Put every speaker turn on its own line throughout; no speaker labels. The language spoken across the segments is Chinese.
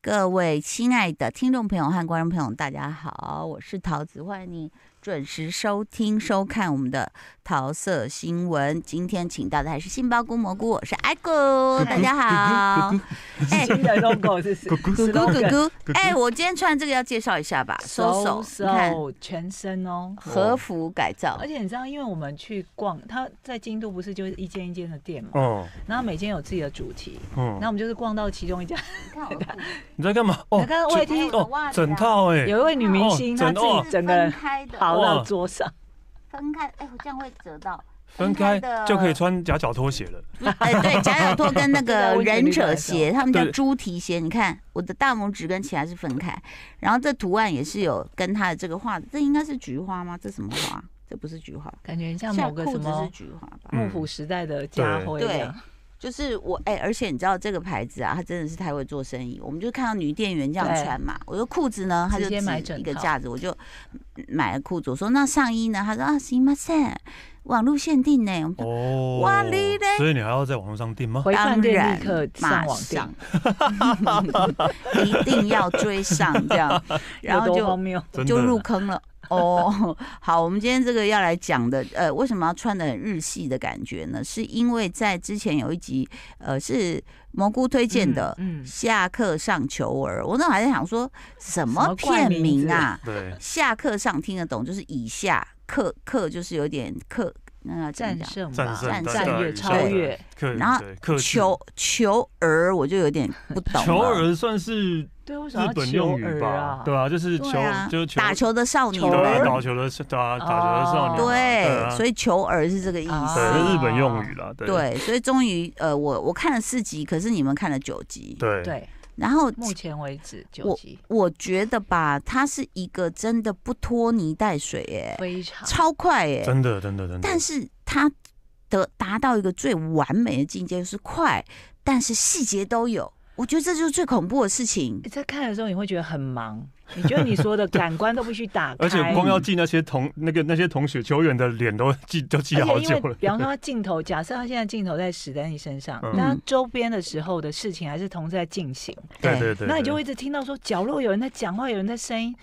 各位亲爱的听众朋友和观众朋友，大家好，我是桃子，欢迎你准时收听收看我们的桃色新闻。今天请到的还是杏鲍菇蘑菇，我是爱菇，大家好。哎，
新的 logo 是 咕
咕咕咕咕，哎，我今天穿这个要介绍一下吧，收手，你看
手全身哦。
和服改造
而，且你知道，因为我们去逛，它在京都不是就是一间一间的店嘛，
哦
然后每间有自己的主题，
哦
那，我们就是逛到其中一家，
你在干嘛？哦
你看
这
YT
有袜
哦，
子啊
整套哎，
有一位女明星，
哦
她
整
自
个
己整个人
开的
跑到桌上，
分开，哎，我这样会折到。
分开
的
就可以穿夹脚拖鞋了。
哎，对，夹脚拖跟那 个忍者鞋，他们叫
对
猪蹄鞋。你看我的大拇指跟其他是分开，然后这图案也是有跟它的这个画，这应该是菊花吗？这什么花？这不是菊花，
感觉像
下
某个
裤
什
子是
么
菊花吧？
幕府时代的家徽一
对
样。，
就是我哎、而且你知道这个牌子啊，它真的是太会做生意。我们就看到女店员这样
对
穿嘛，我说裤子呢，他就
直接买
指
整
一个
套
架子，我就买了裤子。我说那上衣呢？他说啊，行吧，噻，网络限定呢，我们
哦，
哇你嘞
所以你还要在网络上订吗？
回饭店
然
立刻
马
上网订，
上 一定要追上这 样，然后
有多荒
就
谬！
真的
就入坑了。哦， 好，我们今天这个要来讲的，呃，为什么要穿的很日系的感觉呢？是因为在之前有一集，呃，是蘑菇推荐的。
嗯，嗯
下课上求儿，我那时候还在想说什
什
么
么怪
片名 啊？
对，
下课上听得懂，就是以下课课就是有点课那个怎么
战
讲
胜吧，
战胜
战
对
胜
战越
对
超越，
克
然后
对克制
求求儿，我就有点不懂了。
求儿算是日
对，为什么要
本
求
用语
儿
吧
啊？？
对啊，就是求
对啊
就是求
打球的少年
球
对啊，
儿
打球的打打球的少年啊，
对，所
以
以求儿是这个意
对
啊
思。
是日本用语啦，对
对，所以终于呃，我我看了四集，可是你们看了九集。
对
对，
然后
目前为止九集
我觉得吧，它是一个真的不拖泥带水耶，
非常
超快耶，
真的真的真的，
但是它得达到一个最完美的境界，就是快，但是细节都有。我觉得这就是最恐怖的事情
你。 在看的时候，你会觉得很忙，你觉得你说的感官都必须打 开，
而且光要记那些同那个那些同学球员的脸都记都记
而
好
且
久
因为
了，
比方说他镜头，假设他现在镜头在史丹利身上，
嗯
那他周边的时候的事情还是同时在进行，
对对对，
那你就
对
会一直听到说角落有人在讲话，有人在声音，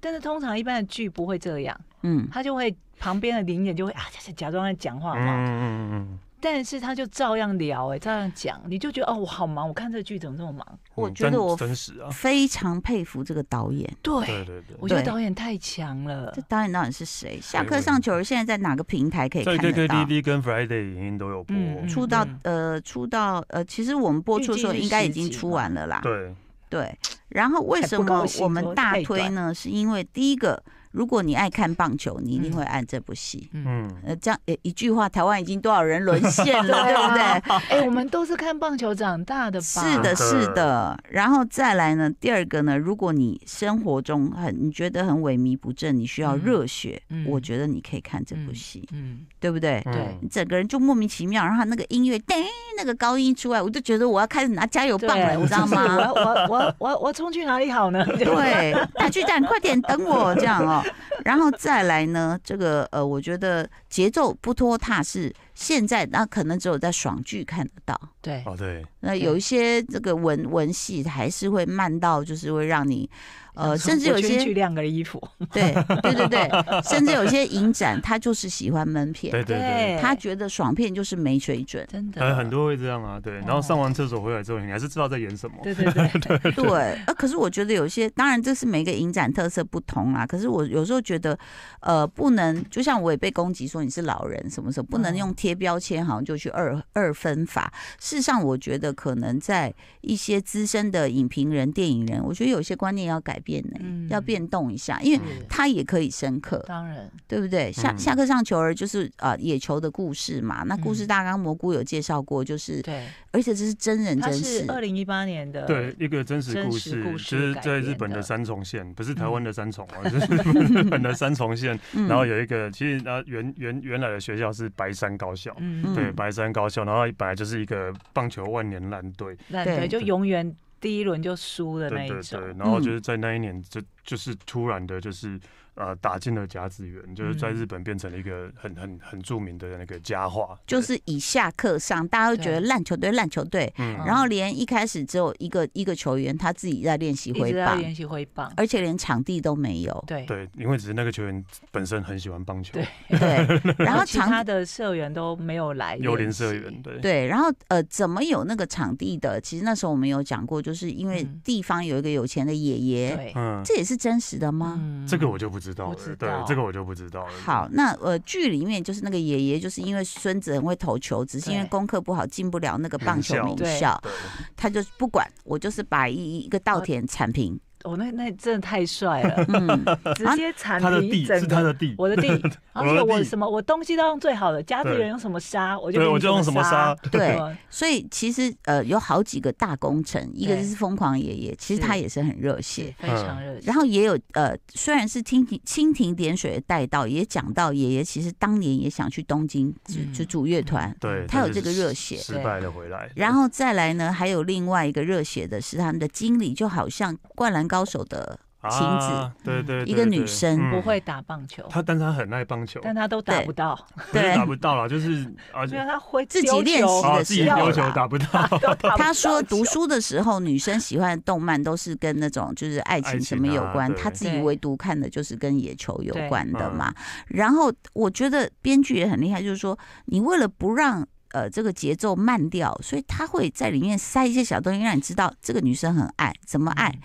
但是通常一般的剧不会这样，
嗯，
他就会旁边的零点就会啊假假装在讲话
嗯
嘛，
嗯嗯嗯。
但是他就照样聊，哎，照样讲，你就觉得哦我好忙，我看这剧怎么这么忙？
我
嗯
觉得
真
我
真实啊，
非常佩服这个导演。
对对
对，
对，
哎我觉得
对
导演太强了
这。导演到底是谁？下
我
课上球儿现在在哪个平台可以
在
看得到？
KKTV 跟 Friday 影音都有播，
嗯嗯
出到
嗯
呃，出到呃，其实我们播出的时候
预计是
应该已经
10集
出完了啦。
对，
对，然后为什么我们大推呢？是因为第一个，如果你爱看棒球，你一定会爱这部戏。
嗯，
呃，这样呃一句话，台湾已经多少人沦 陷 了，对不对？
哎、我们都是看棒球长大的吧？
是的，
的
是的。然后再来呢，第二个呢，如果你生活中很你觉得很萎靡不振，你需要热血，
嗯嗯
我觉得你可以看这部
嗯
戏，
嗯，
对不对？
对
你整个人就莫名其妙，然后他那个音乐，叮，那个高音一出来，我就觉得我要开始拿加油
对，
棒了，你知道
就是
吗？
我要我我我要我要冲去哪里好呢？
对，大巨蛋，快点等我这样哦。然后再来呢，这个呃，我觉得节奏不拖沓是现在那可能只有在爽剧看得到。
对，
哦对，
那有一些这个文文戏还是会慢到，就是会让你， 呃，甚至有
嗯我先
些
去晾个衣服，。
对对对对， 甚至有些影展他就是喜欢闷片，
对对对，
他觉得爽片就是没水准
真的
还有很，多会这样啊，对，然后上完厕所回来之后，你还是知道在演什么，
嗯对对 对，
对，呃，可是我觉得有些，当然这是每个影展特色不同啦。可是我有时候觉得，呃，不能就像我也被攻击说你是老人什么时候，不能
嗯
用贴标签，好像就去二二分法。事实上，我觉得可能在一些资深的影评人、电影人，我觉得有些观念要改变呢、
嗯
要变动一下，因为
是
它也可以深刻，
当然，
对不对？下
嗯
下课上球儿就是呃野球的故事嘛，那故事
嗯
大纲蘑菇有介绍过，就是
对，
而且这是真人
它
真
是
事，
二零一八年的，
对，，一个真实故
真实
事，
故
就
事
是
改
在日
编
本
的嗯
的三重县，不是台湾的三重啊，就是日本的三重 县，
嗯
然后有一个，其实呃原原原来的学校是白山高校。
嗯，
对
嗯
白山高校，然后本来就是一个棒球万年烂队，
那
对
对，就永远第一轮就输的那
对
一
对对，
种，
嗯
然后就是在那一年，就就是突然的，就是呃打进了甲子园，就是在
嗯
日本变成了一个很很很著名的那个佳话，
就是以下课上，大家会觉得烂球队烂球队，
嗯
嗯
然后连一开始只有一个一个球员他自己在练习
一
挥
直要
棒，
练习挥棒，
而且连场地都没 有，
对
对，因为只是那个球员本身很喜欢棒球
对，
对， 然后
其他
场
的社员都没有来，
幽灵社员，，对，
对，然后呃，怎么有那个场地的？其实那时候我们有讲过，就是因为
嗯
地方有一个有钱的爷爷，
对，
嗯，
这也是真实的吗？
嗯
这个我就不知道了，
不知道
对，这个我就不知道了。
好，那呃，剧里面就是那个爷爷，就是因为孙子很会投球，只是因为
对
功课不好，进不了那个棒球
名校
名
对
校，
对，
他就不管，我就是把一一个
呃
稻田铲 平，，
我哦那那真的太帅了
嗯，
直接铲
啊他的
平
地
整
是他
个。
的地，
我的地， 而且
我的
我
地
什么，我东西都用最好的，家资
对
源用什么沙，我就
对
给你
我就用什么沙，
对，
嗯
所以其实呃有好几个大工程，一个
对
就是疯狂爷爷，其实
是
他也是很热血
是，非
嗯
常热情。
然后也有呃，虽然是蜻蜓蜻蜓点水的带到，也讲到爷爷其实当年也想去东京就
嗯
就组乐团，
对，
他有
但
这
是
个热血
失败了回来。
然后再来呢，还有另外一个热血的是他们的经理，就好像《灌篮高手》的晴子
啊对对，
一
对
个
对
女生
嗯
不会打棒球，
他，但是他很爱棒球，
但他都打不到，
可是
对
打不到了，就是而
没有
且
他会
自己
丢
练
球
习
啊
的
自己
时候
要
啦
求打不 到，
都打不
他
到
说
球
读书的时候，女生喜欢的动漫都是跟那种就是爱情什么有
爱
关，
情啊对嗯
他自己唯独看的就是跟野球有关的
对
嘛。然后我觉得编剧也很厉害，就是说你为了不让。呃，这个节奏慢掉，所以他会在里面塞一些小东西，让你知道这个女生很爱，怎么
嗯
爱。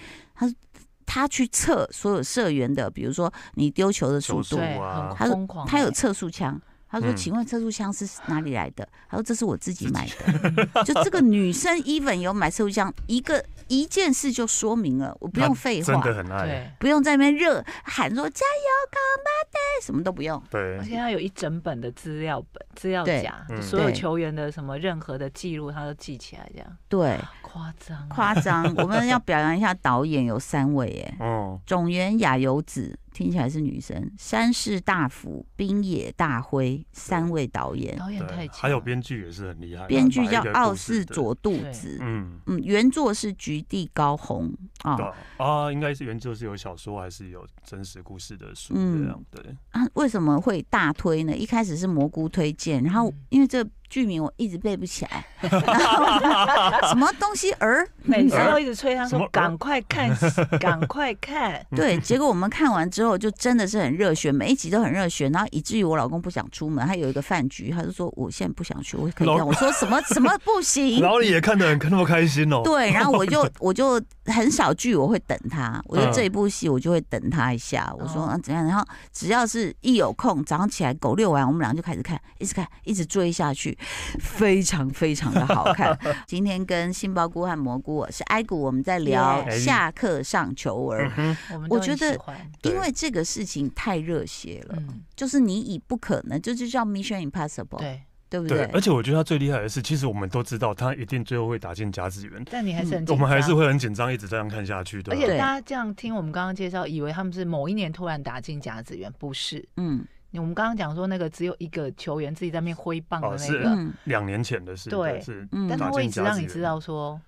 他去测所有社员的，比如说你丢球的速
球
度
速，
对，
啊
他
很疯狂欸，
他有 测速枪。他说：“
嗯
请问测速枪是哪里来的？”他说：“这是我自己 买的。”就这个女生 even 有买测速枪，一个一件事就说明了，我不用
她
废
真
话，
的很爱，
对，
不用在那边热喊说加油，干嘛的，什么都不用。
对
而，且他有一整本的资料本、资料
对
夹，
嗯
就所有
对
球员的什么任何的记录，他都记起来，这样
对，
夸张啊，
夸张。我们要表扬一下导演有三位耶，
哦，
种原雅由子听起来是女生，山市大辅、冰野大辉三位导演，
导演太
对，
强，
还有编剧也是很厉害，
编剧叫
把一个
奥
故
斯
事的，
佐杜
对
子。
嗯，
嗯，原作是菊地高红啊、
对啊，应该是原作是有小说还是有真实故事的书
嗯
这样，对，
啊，为什么会大推呢？一开始是蘑菇推荐，然后
嗯
因为这个剧名我一直背不起来， 然后什么东西儿，
每次
嗯
都一直催他
什
说
么
赶快 看，赶快看，
对，结果我们看完之后就真的是很热血，每一集都很热血，然后以至于我老公不想出门，他有一个饭局，他就说我现在不想去，我可以
老
看。我说什么什么不行
然。后你也看得很那么开心哦，
对，然后我 就我就很少剧，我会等他。我觉
嗯
得这一部戏我就会等他一下。我说、
哦
啊、怎样，然后只要是一有空，早上起来狗遛完，我们俩就开始看，一直看，一直追下去，非常非常的好看。 今天跟杏鲍菇和蘑菇，我是艾谷，我们在聊
Yeah
下课上球儿
嗯，哼，
我们
我
都很
觉得
喜欢
对
因为这个事情太热血了，
嗯，
就是你以不可能，这就叫 Mission Impossible，
对，
对不
对，
对
而？且我觉得他最厉害的是，其实我们都知道他一定最后会打进甲子园，
但你还是很
嗯我
紧
们还是
张。
会很紧张，一直这样看下去的
嗯而
啊。
且
对
大家这样听我们刚刚介绍，以为他们是某一年突然打进甲子园，不是。
嗯
我们刚刚讲说那个只有一个球员自己在那边挥棒的
哦
那
是
个，
嗯
两年前的事，
对
是
嗯
但
打
他会一
进
直
甲
让
子
你
园
知道说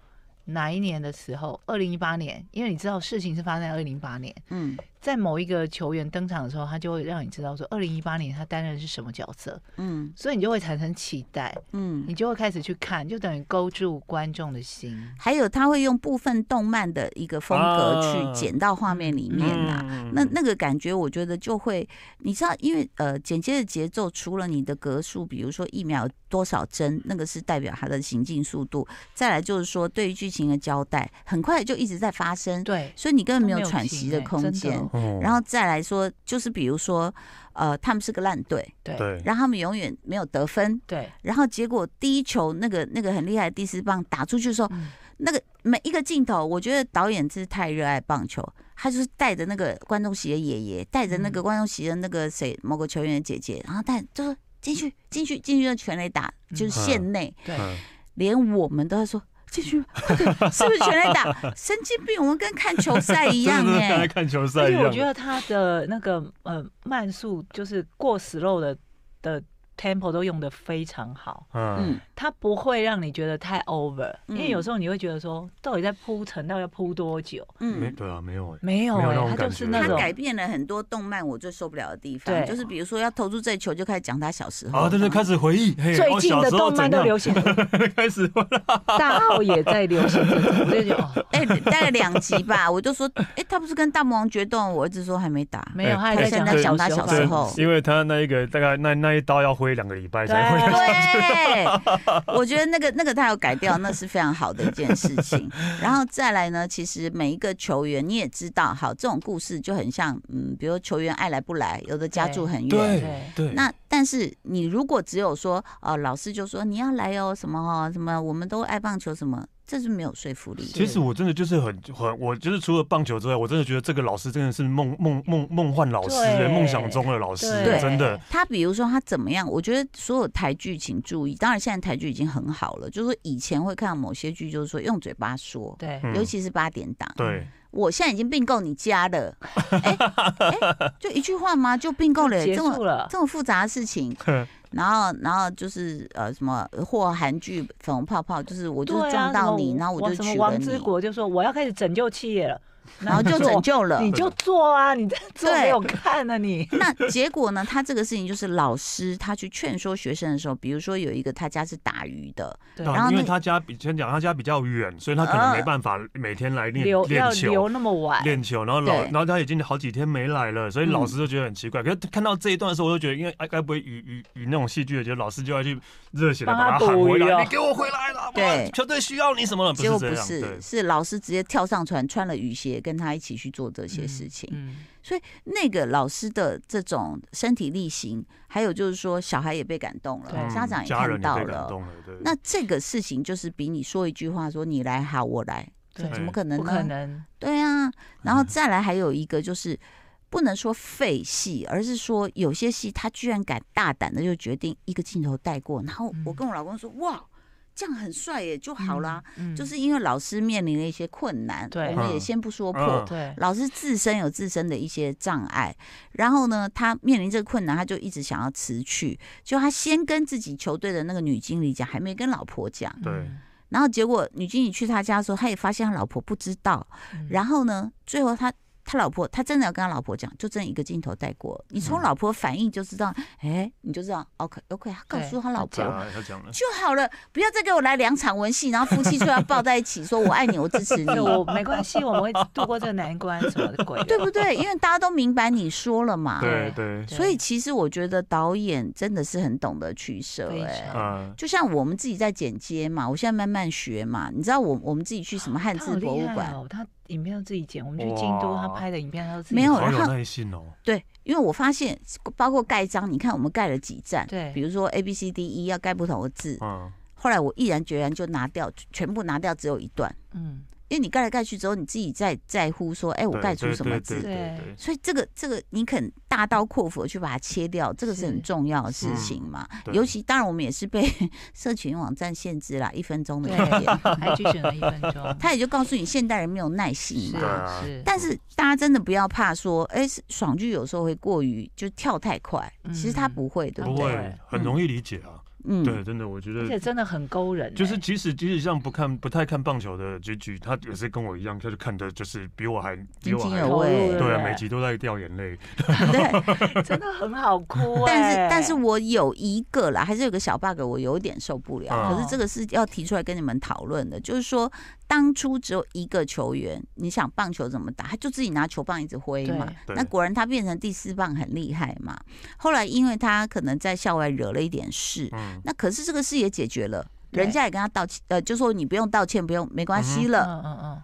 哪一年的时候，二零一八年，因为你知道事情是发生在二零一八年，
嗯
在某一个球员登场的时候，他就会让你知道说二零一八年他担任是什么角色，
嗯
所以你就会产生期待，
嗯
你就会开始去看，就等于勾住观众的心。
还有他会用部分动漫的一个风格
啊
去剪到画面里面啦、
嗯
那那个感觉，我觉得就会，你知道，因为呃，剪接的节奏除了你的格数，比如说一秒多少帧，那个是代表它的行进速度。再来就是说，对于剧情的交代，很快就一直在发生，
对，
所以你根本没有
都没有
喘息
停
的
欸
空
真的
间。
哦
然后再来说，就是比如说，呃，他们是个烂队，
对，
对，
然后他们永远没有得分，
对，
然后结果第一球那个那个很厉害的第四棒打出去的时候，
嗯，
那个每一个镜头，我觉得导演真是太热爱棒球，他就是带着那个观众席的爷爷，带着那个
嗯
观众席的那个谁某个球员的姐姐，然后带就说进去 进去进去就全垒打，就是
嗯
县内、
对，
嗯
连我们都在说。进去吧，快点是不是全垒打？神经病！我们跟看球赛一样
真的是
哎、
跟在看球
而
赛一
且
样。
我觉得他的那个呃慢速就是过 slow 的的 tempo 都用的非常好，
嗯，
它不会让你觉得太 over，、
嗯
因为有时候你会觉得说，到底在铺陈到底要铺多久？
没
嗯，
对啊，没有哎，
没有
没有
哎、
那种
它就
感
是
觉
那
他
种
改变了很多动漫我最受不了的地方，
对
就是比如说要投出这球就开始讲他小时候
啊，对对，开始回忆，嘿
最
我
近
小
的
时候
动漫
怎
都
样
流行，
开始回来，
大号也在流行这种，我就觉得哦，
哎、待了两集吧，我就说，哎、他不是跟大魔王决斗，我儿子说还没打，
没
哎
有，他还在讲
他现在讲他小
小时候，
时候
因为他那一个大概那那一刀要挥两个礼拜才
对
会，
对，我觉得那个那个他有改掉，那是非常好的一件事 情。然后再来呢，其实每一个球员你也知道，好，这种故事就很像，嗯，比如球员爱来不来，有的家住很远。
对对，
那但是你如果只有说，呃，老师就说你要来哦，什么哦，什么，我们都爱棒球，什么，这是没有说服力。
其实我真的就是很很，我就是除了棒球之外，我真的觉得这个老师真的是梦梦梦梦幻老师，
对
梦想中的老师，
对
真的。
他比如说他怎么样，我觉得所有台剧请注意，当然现在台剧已经很好了，就是说以前会看到某些剧，就是说用嘴巴说，
对
嗯
尤其是八点档，
对，
我现在已经并购你家了， 哎、哎就一句话吗？就并购了、
结
这么
束了，
这么复杂的事情，
哼
然后然后就是呃什么或韩剧粉红泡泡，就是我就是
对
撞
啊，
到
什么
你，然后我
王
就
什么
娶了
王之
你，
国就说我要开始拯救企业了，
然后就
做
拯救 了
你。就做啊，你在做
对
给我看 啊你。
那结果呢？他这个事情就是老师他去劝说学生的时候，比如说有一个他家是打鱼的，
对
然后
那因为
那
他家比先讲，他家比较远，所以他可能
呃
没办法每天来练
留要
练球。
留那么晚，
练球，然后老，
哎对嗯
然后他已经好几天没来了，所以老师就觉得很奇怪。可是看到这一段的时候，我就觉得，因为哎该不会与与与那种戏剧的，觉得老师就要去热血的
帮
把
他
喊
捕
回
鱼
来，
哦
你给我回来了，
对
球队需要你什么了？不
结
是
果
这
不
样，对
是，，是老师直接跳上船，穿了雨鞋跟他一起去做这些事情。
嗯，
所以那个老师的这种身体力行，还有就是说小孩也被感动了，
对
家长也
嗯家
看
人
到
也被感
了。
动了，对。
那这个事情就是比你说一句话说你来好我来，
对
怎么可能
不
呢？
可能，
对啊，然 后再来还有一个就是。不能说废戏，而是说有些戏他居然敢大胆的就决定一个镜头带过，然后我
嗯
跟我老公说：“哇，这样很帅耶，就好啦。
嗯，
就是因为老师面临了一些困难，
对
我们也
嗯
先不说破，
嗯
对，
老师自身有自身的一些障碍，然后呢，他面临这个困难，他就一直想要辞去。就他先跟自己球队的那个女经理讲，还没跟老婆讲。
对
嗯，
然后结果女经理去他家的时候，他也发现他老婆不知道。
嗯
然后呢，最后他他老婆，他真的要跟他老婆讲，就真的一个镜头带过。你从
嗯
老婆反应就知道，哎，你就知道，OK OK，他告诉他老婆
对
嗯讲。
啊，他讲了，
就好了，不要再给我来两场文戏，然后夫妻最后抱在一起，说我爱你，我支持你。
对我没关系，我们会度过这个难关，什么鬼 的？
对不对？因为大家都明白你说了嘛。
对对，
对
所以其实我觉得导演真的是很懂得取舍、
非
哎。
常
嗯，
就像我们自己在剪接嘛，我现在慢慢学嘛。你知道我我们自己去什么汉
他啊好
字博物
厉害
馆？
哦，他影片都自己剪，我们去京都，
哇
他拍的影片他都自己
没有
好
然
有
后
耐心哦，
对，因为我发现包括盖章，你看我们盖了几站，
对
比如说 A B C D E 要盖不同的字，
嗯，
后来我毅然决然就拿掉，全部拿掉，只有一段。
嗯，
因为你盖来盖去之后，你自己在在乎说，哎、我
对
盖出
对
什么
对
字
对？对
对
对
所以这个这个你肯大刀阔斧地去把它切掉，这个是
是
很重要的事
嗯
情嘛。
对
尤其当然我们也是被 社群网站限制啦，一分钟的
对
影片，
，IG 选了一分 钟，
他也就告诉你现代人没有耐心
是
嘛。
啊
是，
但是大家真的不要怕说，哎、是爽剧有时候会过于就跳太快，
嗯
其实他不会，对
不
不对？
会很容易理解啊，
嗯，
对，真的，我觉
而
得
且真的很勾人欸，
就是即使即使像不看不太看棒球的菊菊，他也是跟我一样，他就看的就是比我还比
津
我
津
还
有
投入
味，
了
对啊，
对
每集都在掉眼泪，
对。
真的很好哭
但是
哎，
但是我有一个啦，还是有个小 bug，我有点受不了。
嗯
可是这个是要提出来跟你们讨论的，就是说当初只有一个球员，你想棒球怎么打，他就自己拿球棒一直挥
对
嘛。
对
那果然他变成第四棒很厉害嘛。后来因为他可能在校外惹了一点事，
嗯，
那可是这个事也解决了，
对
人家也跟他道歉，呃，就说你不用道歉，不用没关系了。
嗯嗯嗯，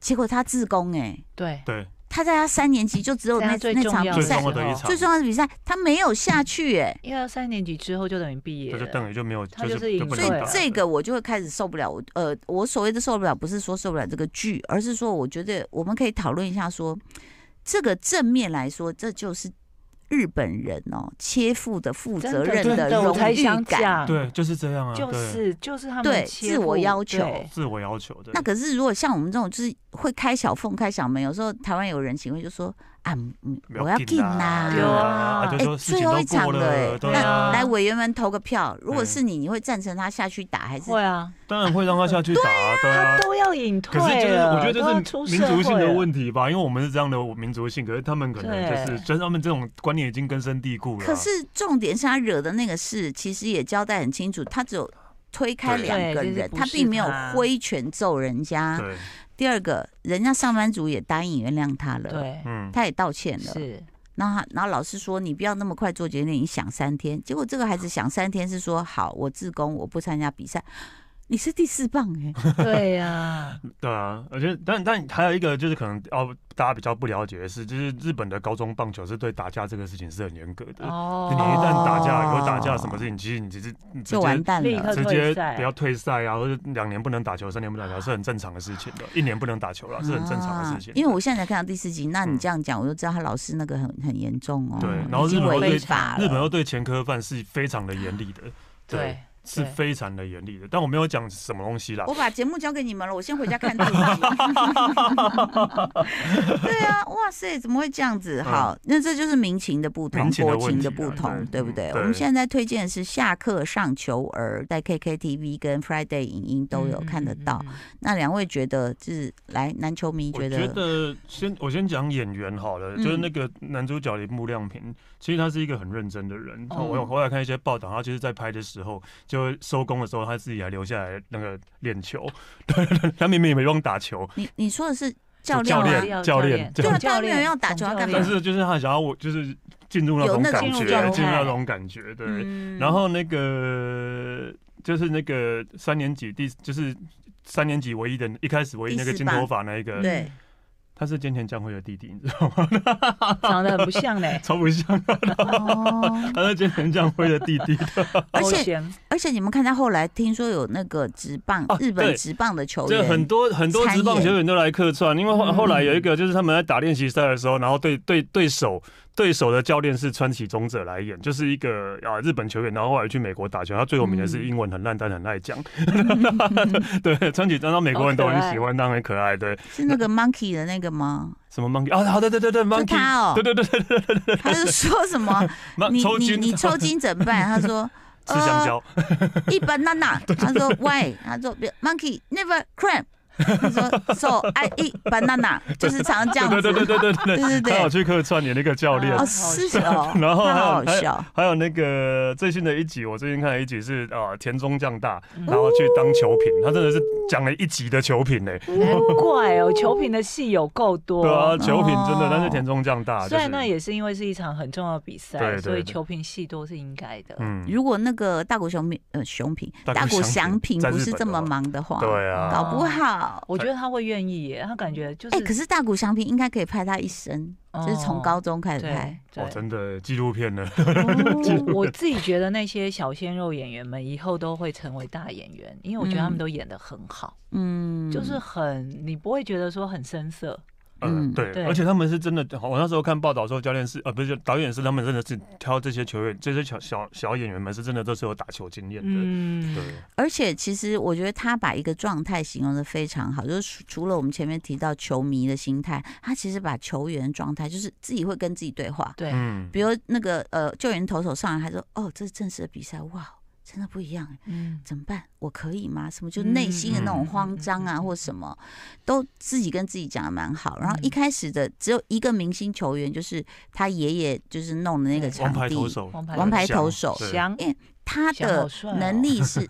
结果他自宫哎、
对，
对，
他在他三年级就只有
这
那
样最
那
重
场
要
比
最
赛
重要的一
时
场，
最重要的比赛，他没有下去哎、
因为三年级之后就等于毕业
他就
了，
等于就没有，
他
就
就是
就不
所
对
以
能打
这个我就会开始受不了。我呃，我所谓的受不了，不是说受不了这个剧，而是说我觉得我们可以讨论一下说，这个正面来说，这就是日本人哦，切腹的负责任
真
的
真我
荣
才
誉
想
感。
讲，
对，就是这样啊，
就
对
是就是他们
对
切
自我
腹
要求
对
自我要求的
那，可是如果像我们这种就是会开小缝、开小门。有时候台湾有人请会就说啊，嗯我要进
紧
啦。
对啊
就
哎
说事
最
情
后
都
一场
过
了哎
了，对
那
啊，
来委员们投个票，如果
嗯
是你，你会赞成他下去打还是？
会啊，
当然会让他下去打，对啊
他。都要隐退
可是就是
了
我觉得
都要
这
出
是
社
民族性的
会了
问题吧，因为我们是这样的民族性，可是他们可能就是，
对
就是他们这种观念已经根深蒂固了啊。
可是重点是他惹的那个事，其实也交代很清楚，他只有推开
对
两个
对就是
人，
不
他
是
并没有
他
挥拳揍人家。
对，
第二个，人家上班族也答应原谅他了，
对，
嗯，
他也道歉了。
是
然后他，然后老师说你不要那么快做决定，你想三天。结果这个孩子想三天是说好，我自宫，我不参加比赛。你是第四棒 哎、
对呀，
对啊，而且但但还有一个就是可能哦，大家比较不了解的是，就是日本的高中棒球是对打架这个事情是很严格的。
哦
你一旦打架，以后打架什么事情，其实你直接你直
就完
接
蛋
立刻
了。
直接
退赛
不要退赛啊，或者两年不能打球，三年不能打球是很正常的事情的，一年不能打球了是很正常的事情
啊。因为我现在才看到第四集，那你
嗯
这样讲，我就知道他老师那个很很严重哦，
对然
已
后
经
日本
违
会
法了。
日本又对前科犯是非常的严厉的，
对，
是
对
非常的严厉的。但我没有讲什么东西啦
我，把节目交给你们了，我先回家看电 影。对啊，哇塞，怎么会这样子？好，那这就是民情的不同，
嗯民情的
国
问题
情
啊
的不同，对
对
不对？我
嗯对
们现在推荐的是下课上求儿，在 KKTV 跟 Friday 影音都有看
嗯
得
嗯
到。，那两位觉得是来男球迷
我
觉
觉
得
得先我先讲演员好了，
嗯
就是那个男主角铃木亮平，其实他是一个很认真的人。
哦
我有后来看一些报道，他其实在拍的时候，就收工的时候，他自己还留下来那个练球。 对，他明明也没用打球，
你你说的是教
教
吗
练教练
对啊
总
他没有要打
总
球要
教
干嘛
但
练
是就是他想要我就是进入那
啊有
种
那
感
种
觉，
进入
进
状
入
态
那种感觉，对。
嗯
然后那个就是那个三年级第就是三年级唯一的一开始唯一那个
第四
金
棒
头发那一个，
对，
他是菅田将晖的弟弟，你知道吗？，
长得很不像嘞
超不像，
哦，
他是菅田将晖的弟 弟。
而
头
且
衔
而且你们看他后来听说有那个职棒
啊
日本
对
职棒的球
这
员，
很多很多
参
职棒
演
球员都来客串，因为后
嗯
后来有一个就是他们在打练习赛的时候，然后对对对手对手的教练是川崎宗者来演，就是一个啊日本球员，然后后来去美国打球，他最有名的是
嗯
英文很烂但很爱讲， 对川崎宗让美国人都很喜欢，当然可爱，对
是那个 Monkey 的那个吗？
什么 monkey 啊，好对对对对
就
monkey，
他哦，
对对对对，
他就说什 么
那
你
抽
你
筋
你 抽哦筋怎么办？他说
吃香蕉，
一般娜娜，他说 why？他说 monkey never cramp。他说 so I eat banana，就是常常这样子。
对对对对
对
对对
对对
他有去客串演那个教练
对
哦，，是哦，
然后哎
他好好
还有
笑。
还有那个最新的一集，我最近看了一集是啊、呃田中将大，
嗯
然后去当球评，他真的是讲了一集的球评嘞、
难怪哦，球评的戏有够多，
对啊，球评真
哦
的，但是田中将啊大、就是，
虽然那也是因为是一场很重要的比赛，
对对
所以
对
球评戏多是应该的。
嗯，
如果那个大谷熊平呃熊平
大谷
大谷翔
翔平
平
在日
不是
本的
这么
话
忙的话，
对啊，
搞不好。
我觉得他会愿意耶，他感觉就是哦
哎，可是大谷翔平应该可以拍他一生，就是从高中开始
对
拍。
对
哦，。真的纪录片呢，
我我自己觉得那些小鲜肉演员们以后都会成为大演员，因为我觉得他们
嗯
都演得很好，
嗯，
就是很你不会觉得说很生涩，
嗯
嗯，对，
对
而且他们是真的，我那时候看报道说，教练是呃不是导演是他们真的是挑这些球员，这些小小小演员们是真的都是有打球经验的，
嗯，
对，
而且其实我觉得他把一个状态形容的非常好，就是除除了我们前面提到球迷的心态，他其实把球员状态就是自己会跟自己对话，
对，
嗯，
比如那个呃救援投手上来，他说：“哦，这是正式的比赛，哇，哦真的不一样哎，
嗯，
怎么办？我可以吗？”什么就
嗯
内心的那种
嗯
慌张啊，
嗯嗯
或什么，都自己跟自己讲的蛮好。然后
嗯
一开始的只有一个明星球员，就是他爷爷就是弄的那个
对
场
王牌
地，
投手，
王牌
王牌投
翔
手
对
翔
他
想好
的
帅哦
能力 是、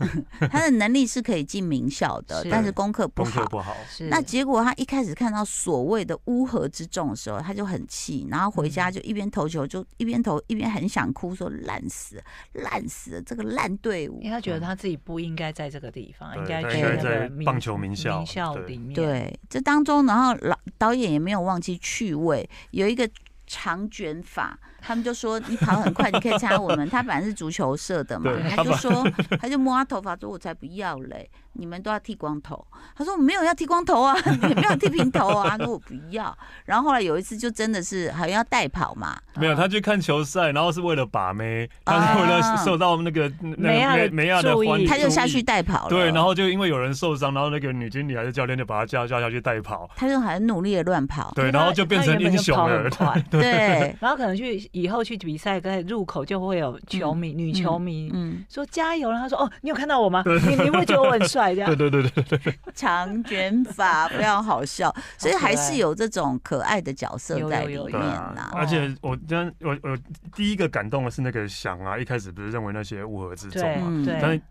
他的能力是可以进名校的，
是
但是功课不
功
好
课。不好，
是
那结果他一开始看到所谓的乌合之众的时候，他就很气，然后回
嗯
家就一边投球就一边投，一边很想哭，说烂死了，烂死了这个烂队伍
因为。他觉得他自己不应该在这个地方，
对
应该
他
去
应该
那
在
个名
棒球名校
名校
对
里面，，
对，这当中，然后老导演也没有忘记趣味，有一个长卷发，他们就说你跑很快，你可以参加我们。他本来是足球社的嘛
对，
他就说，他就摸他头发说，我才不要嘞，你们都要剃光头。他说我没有要剃光头啊， 也没有剃平头啊，他说我不要。然后后来有一次就真的是好像要代跑嘛，
没
嗯
有，他去看球赛，然后是为了把妹，他
啊
是为了受到那个那个
梅亚的
梅梅亚的
注意
欢，
他就下去。代跑了。
对，然后就因为有人受伤，然后那个女经理还是教练就把他叫叫下去代跑，
他就很努力的乱跑。
对，
因为
然后
他
就变
他
成
原本
英
就
雄
跑
了
很。快啊
对，
然后可能去以后去比赛，在入口就会有球迷、女球迷、
嗯，
说加油，然后他说哦，你有看到我吗？你你会觉得我很帅这 样
对？对对对对，
长卷发非常好 笑，所以还
好可
是
爱
有这种可爱的角色在里
有有
面
有
啦。
而且我真我我第一个感动的是那个翔啊，一开始不是认为那些乌合之众嘛，
嗯
对
但是
对，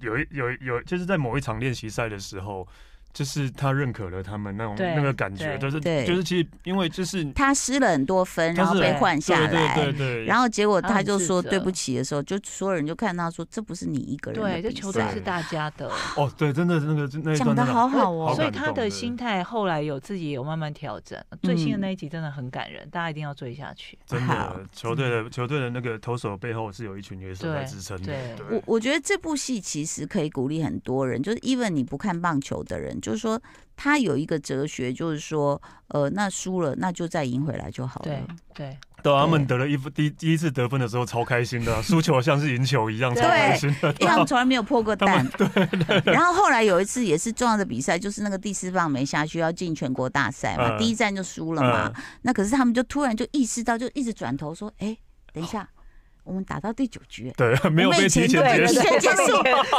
有一有一有就是在某一场练习赛的时候，就是他认可了他们那种
对
那个感觉，
对
就是
对
就是其实因为就是
他失了很多分，然后
他是
被换下来。
对对对对，
然后结果
他
他
很
就
自
说
责
对不起的时候，就所有人就看他说这不是你一个人的
对，这
比
球队
赛，
是大家的，
哦对，真的那个那一
讲的
段真的
好好哦。
所以
感
他
动
的
对
心态后来有自己有慢慢调整。最新的那一集真的很感人，大家一定要追下去。
真
好
的，球队的球队的那个投手背后是有一群野手在支撑的。
对
我我觉得这部戏其实可以鼓励很多人，就是 even 你不看棒球的人，就是说他有一个哲学，就是说，呃，那输了那就再赢回来就好
对
了。
对，
对啊，他们得了一分第第一次得分的时候超开心的啊，输球像是赢球一样
对
超开心的。
因为他们从来没有破过蛋。然后后来有一次也是重要的比赛，就是那个第四棒没下去要进全国大赛嘛，
嗯
第一站就输了嘛。那可是他们就突然就意识到，就一直转头说：“哎，等一下，我们打到第九局。”
对，没有被提前
对
结
对
束
对。提前结束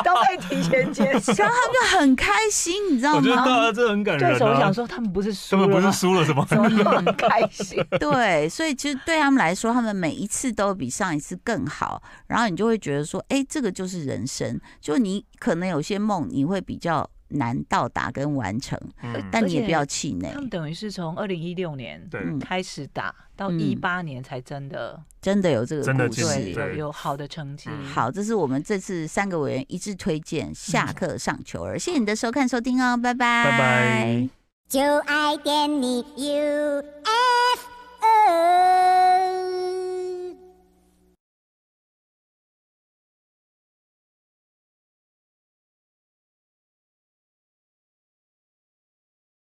都被提前结束。
然后他们就很开心，你知道
我觉得 大
吗？
家这很感人
对手
啊
想，说他们不是
他
输
们
了
不
吗
是？输了什么？
怎么那么很开心？
对，所以其实对他们来说，他们每一次都比上一次更好。然后你就会觉得说，哎，这个就是人生。就你可能有些梦，你会比较难到达跟完成，
嗯
但你也
而且
不要气馁
他。们等于是从二零一六年
对，
嗯
开始打，到
嗯
一八年才真的
真的有这个
真的
故
进行
事
对。
对
有有好的成绩。
嗯
好，这是我们这次三个委员一致推荐下课上球儿。谢谢你的收看收听哦，拜拜，
拜拜。
就爱点你 U。F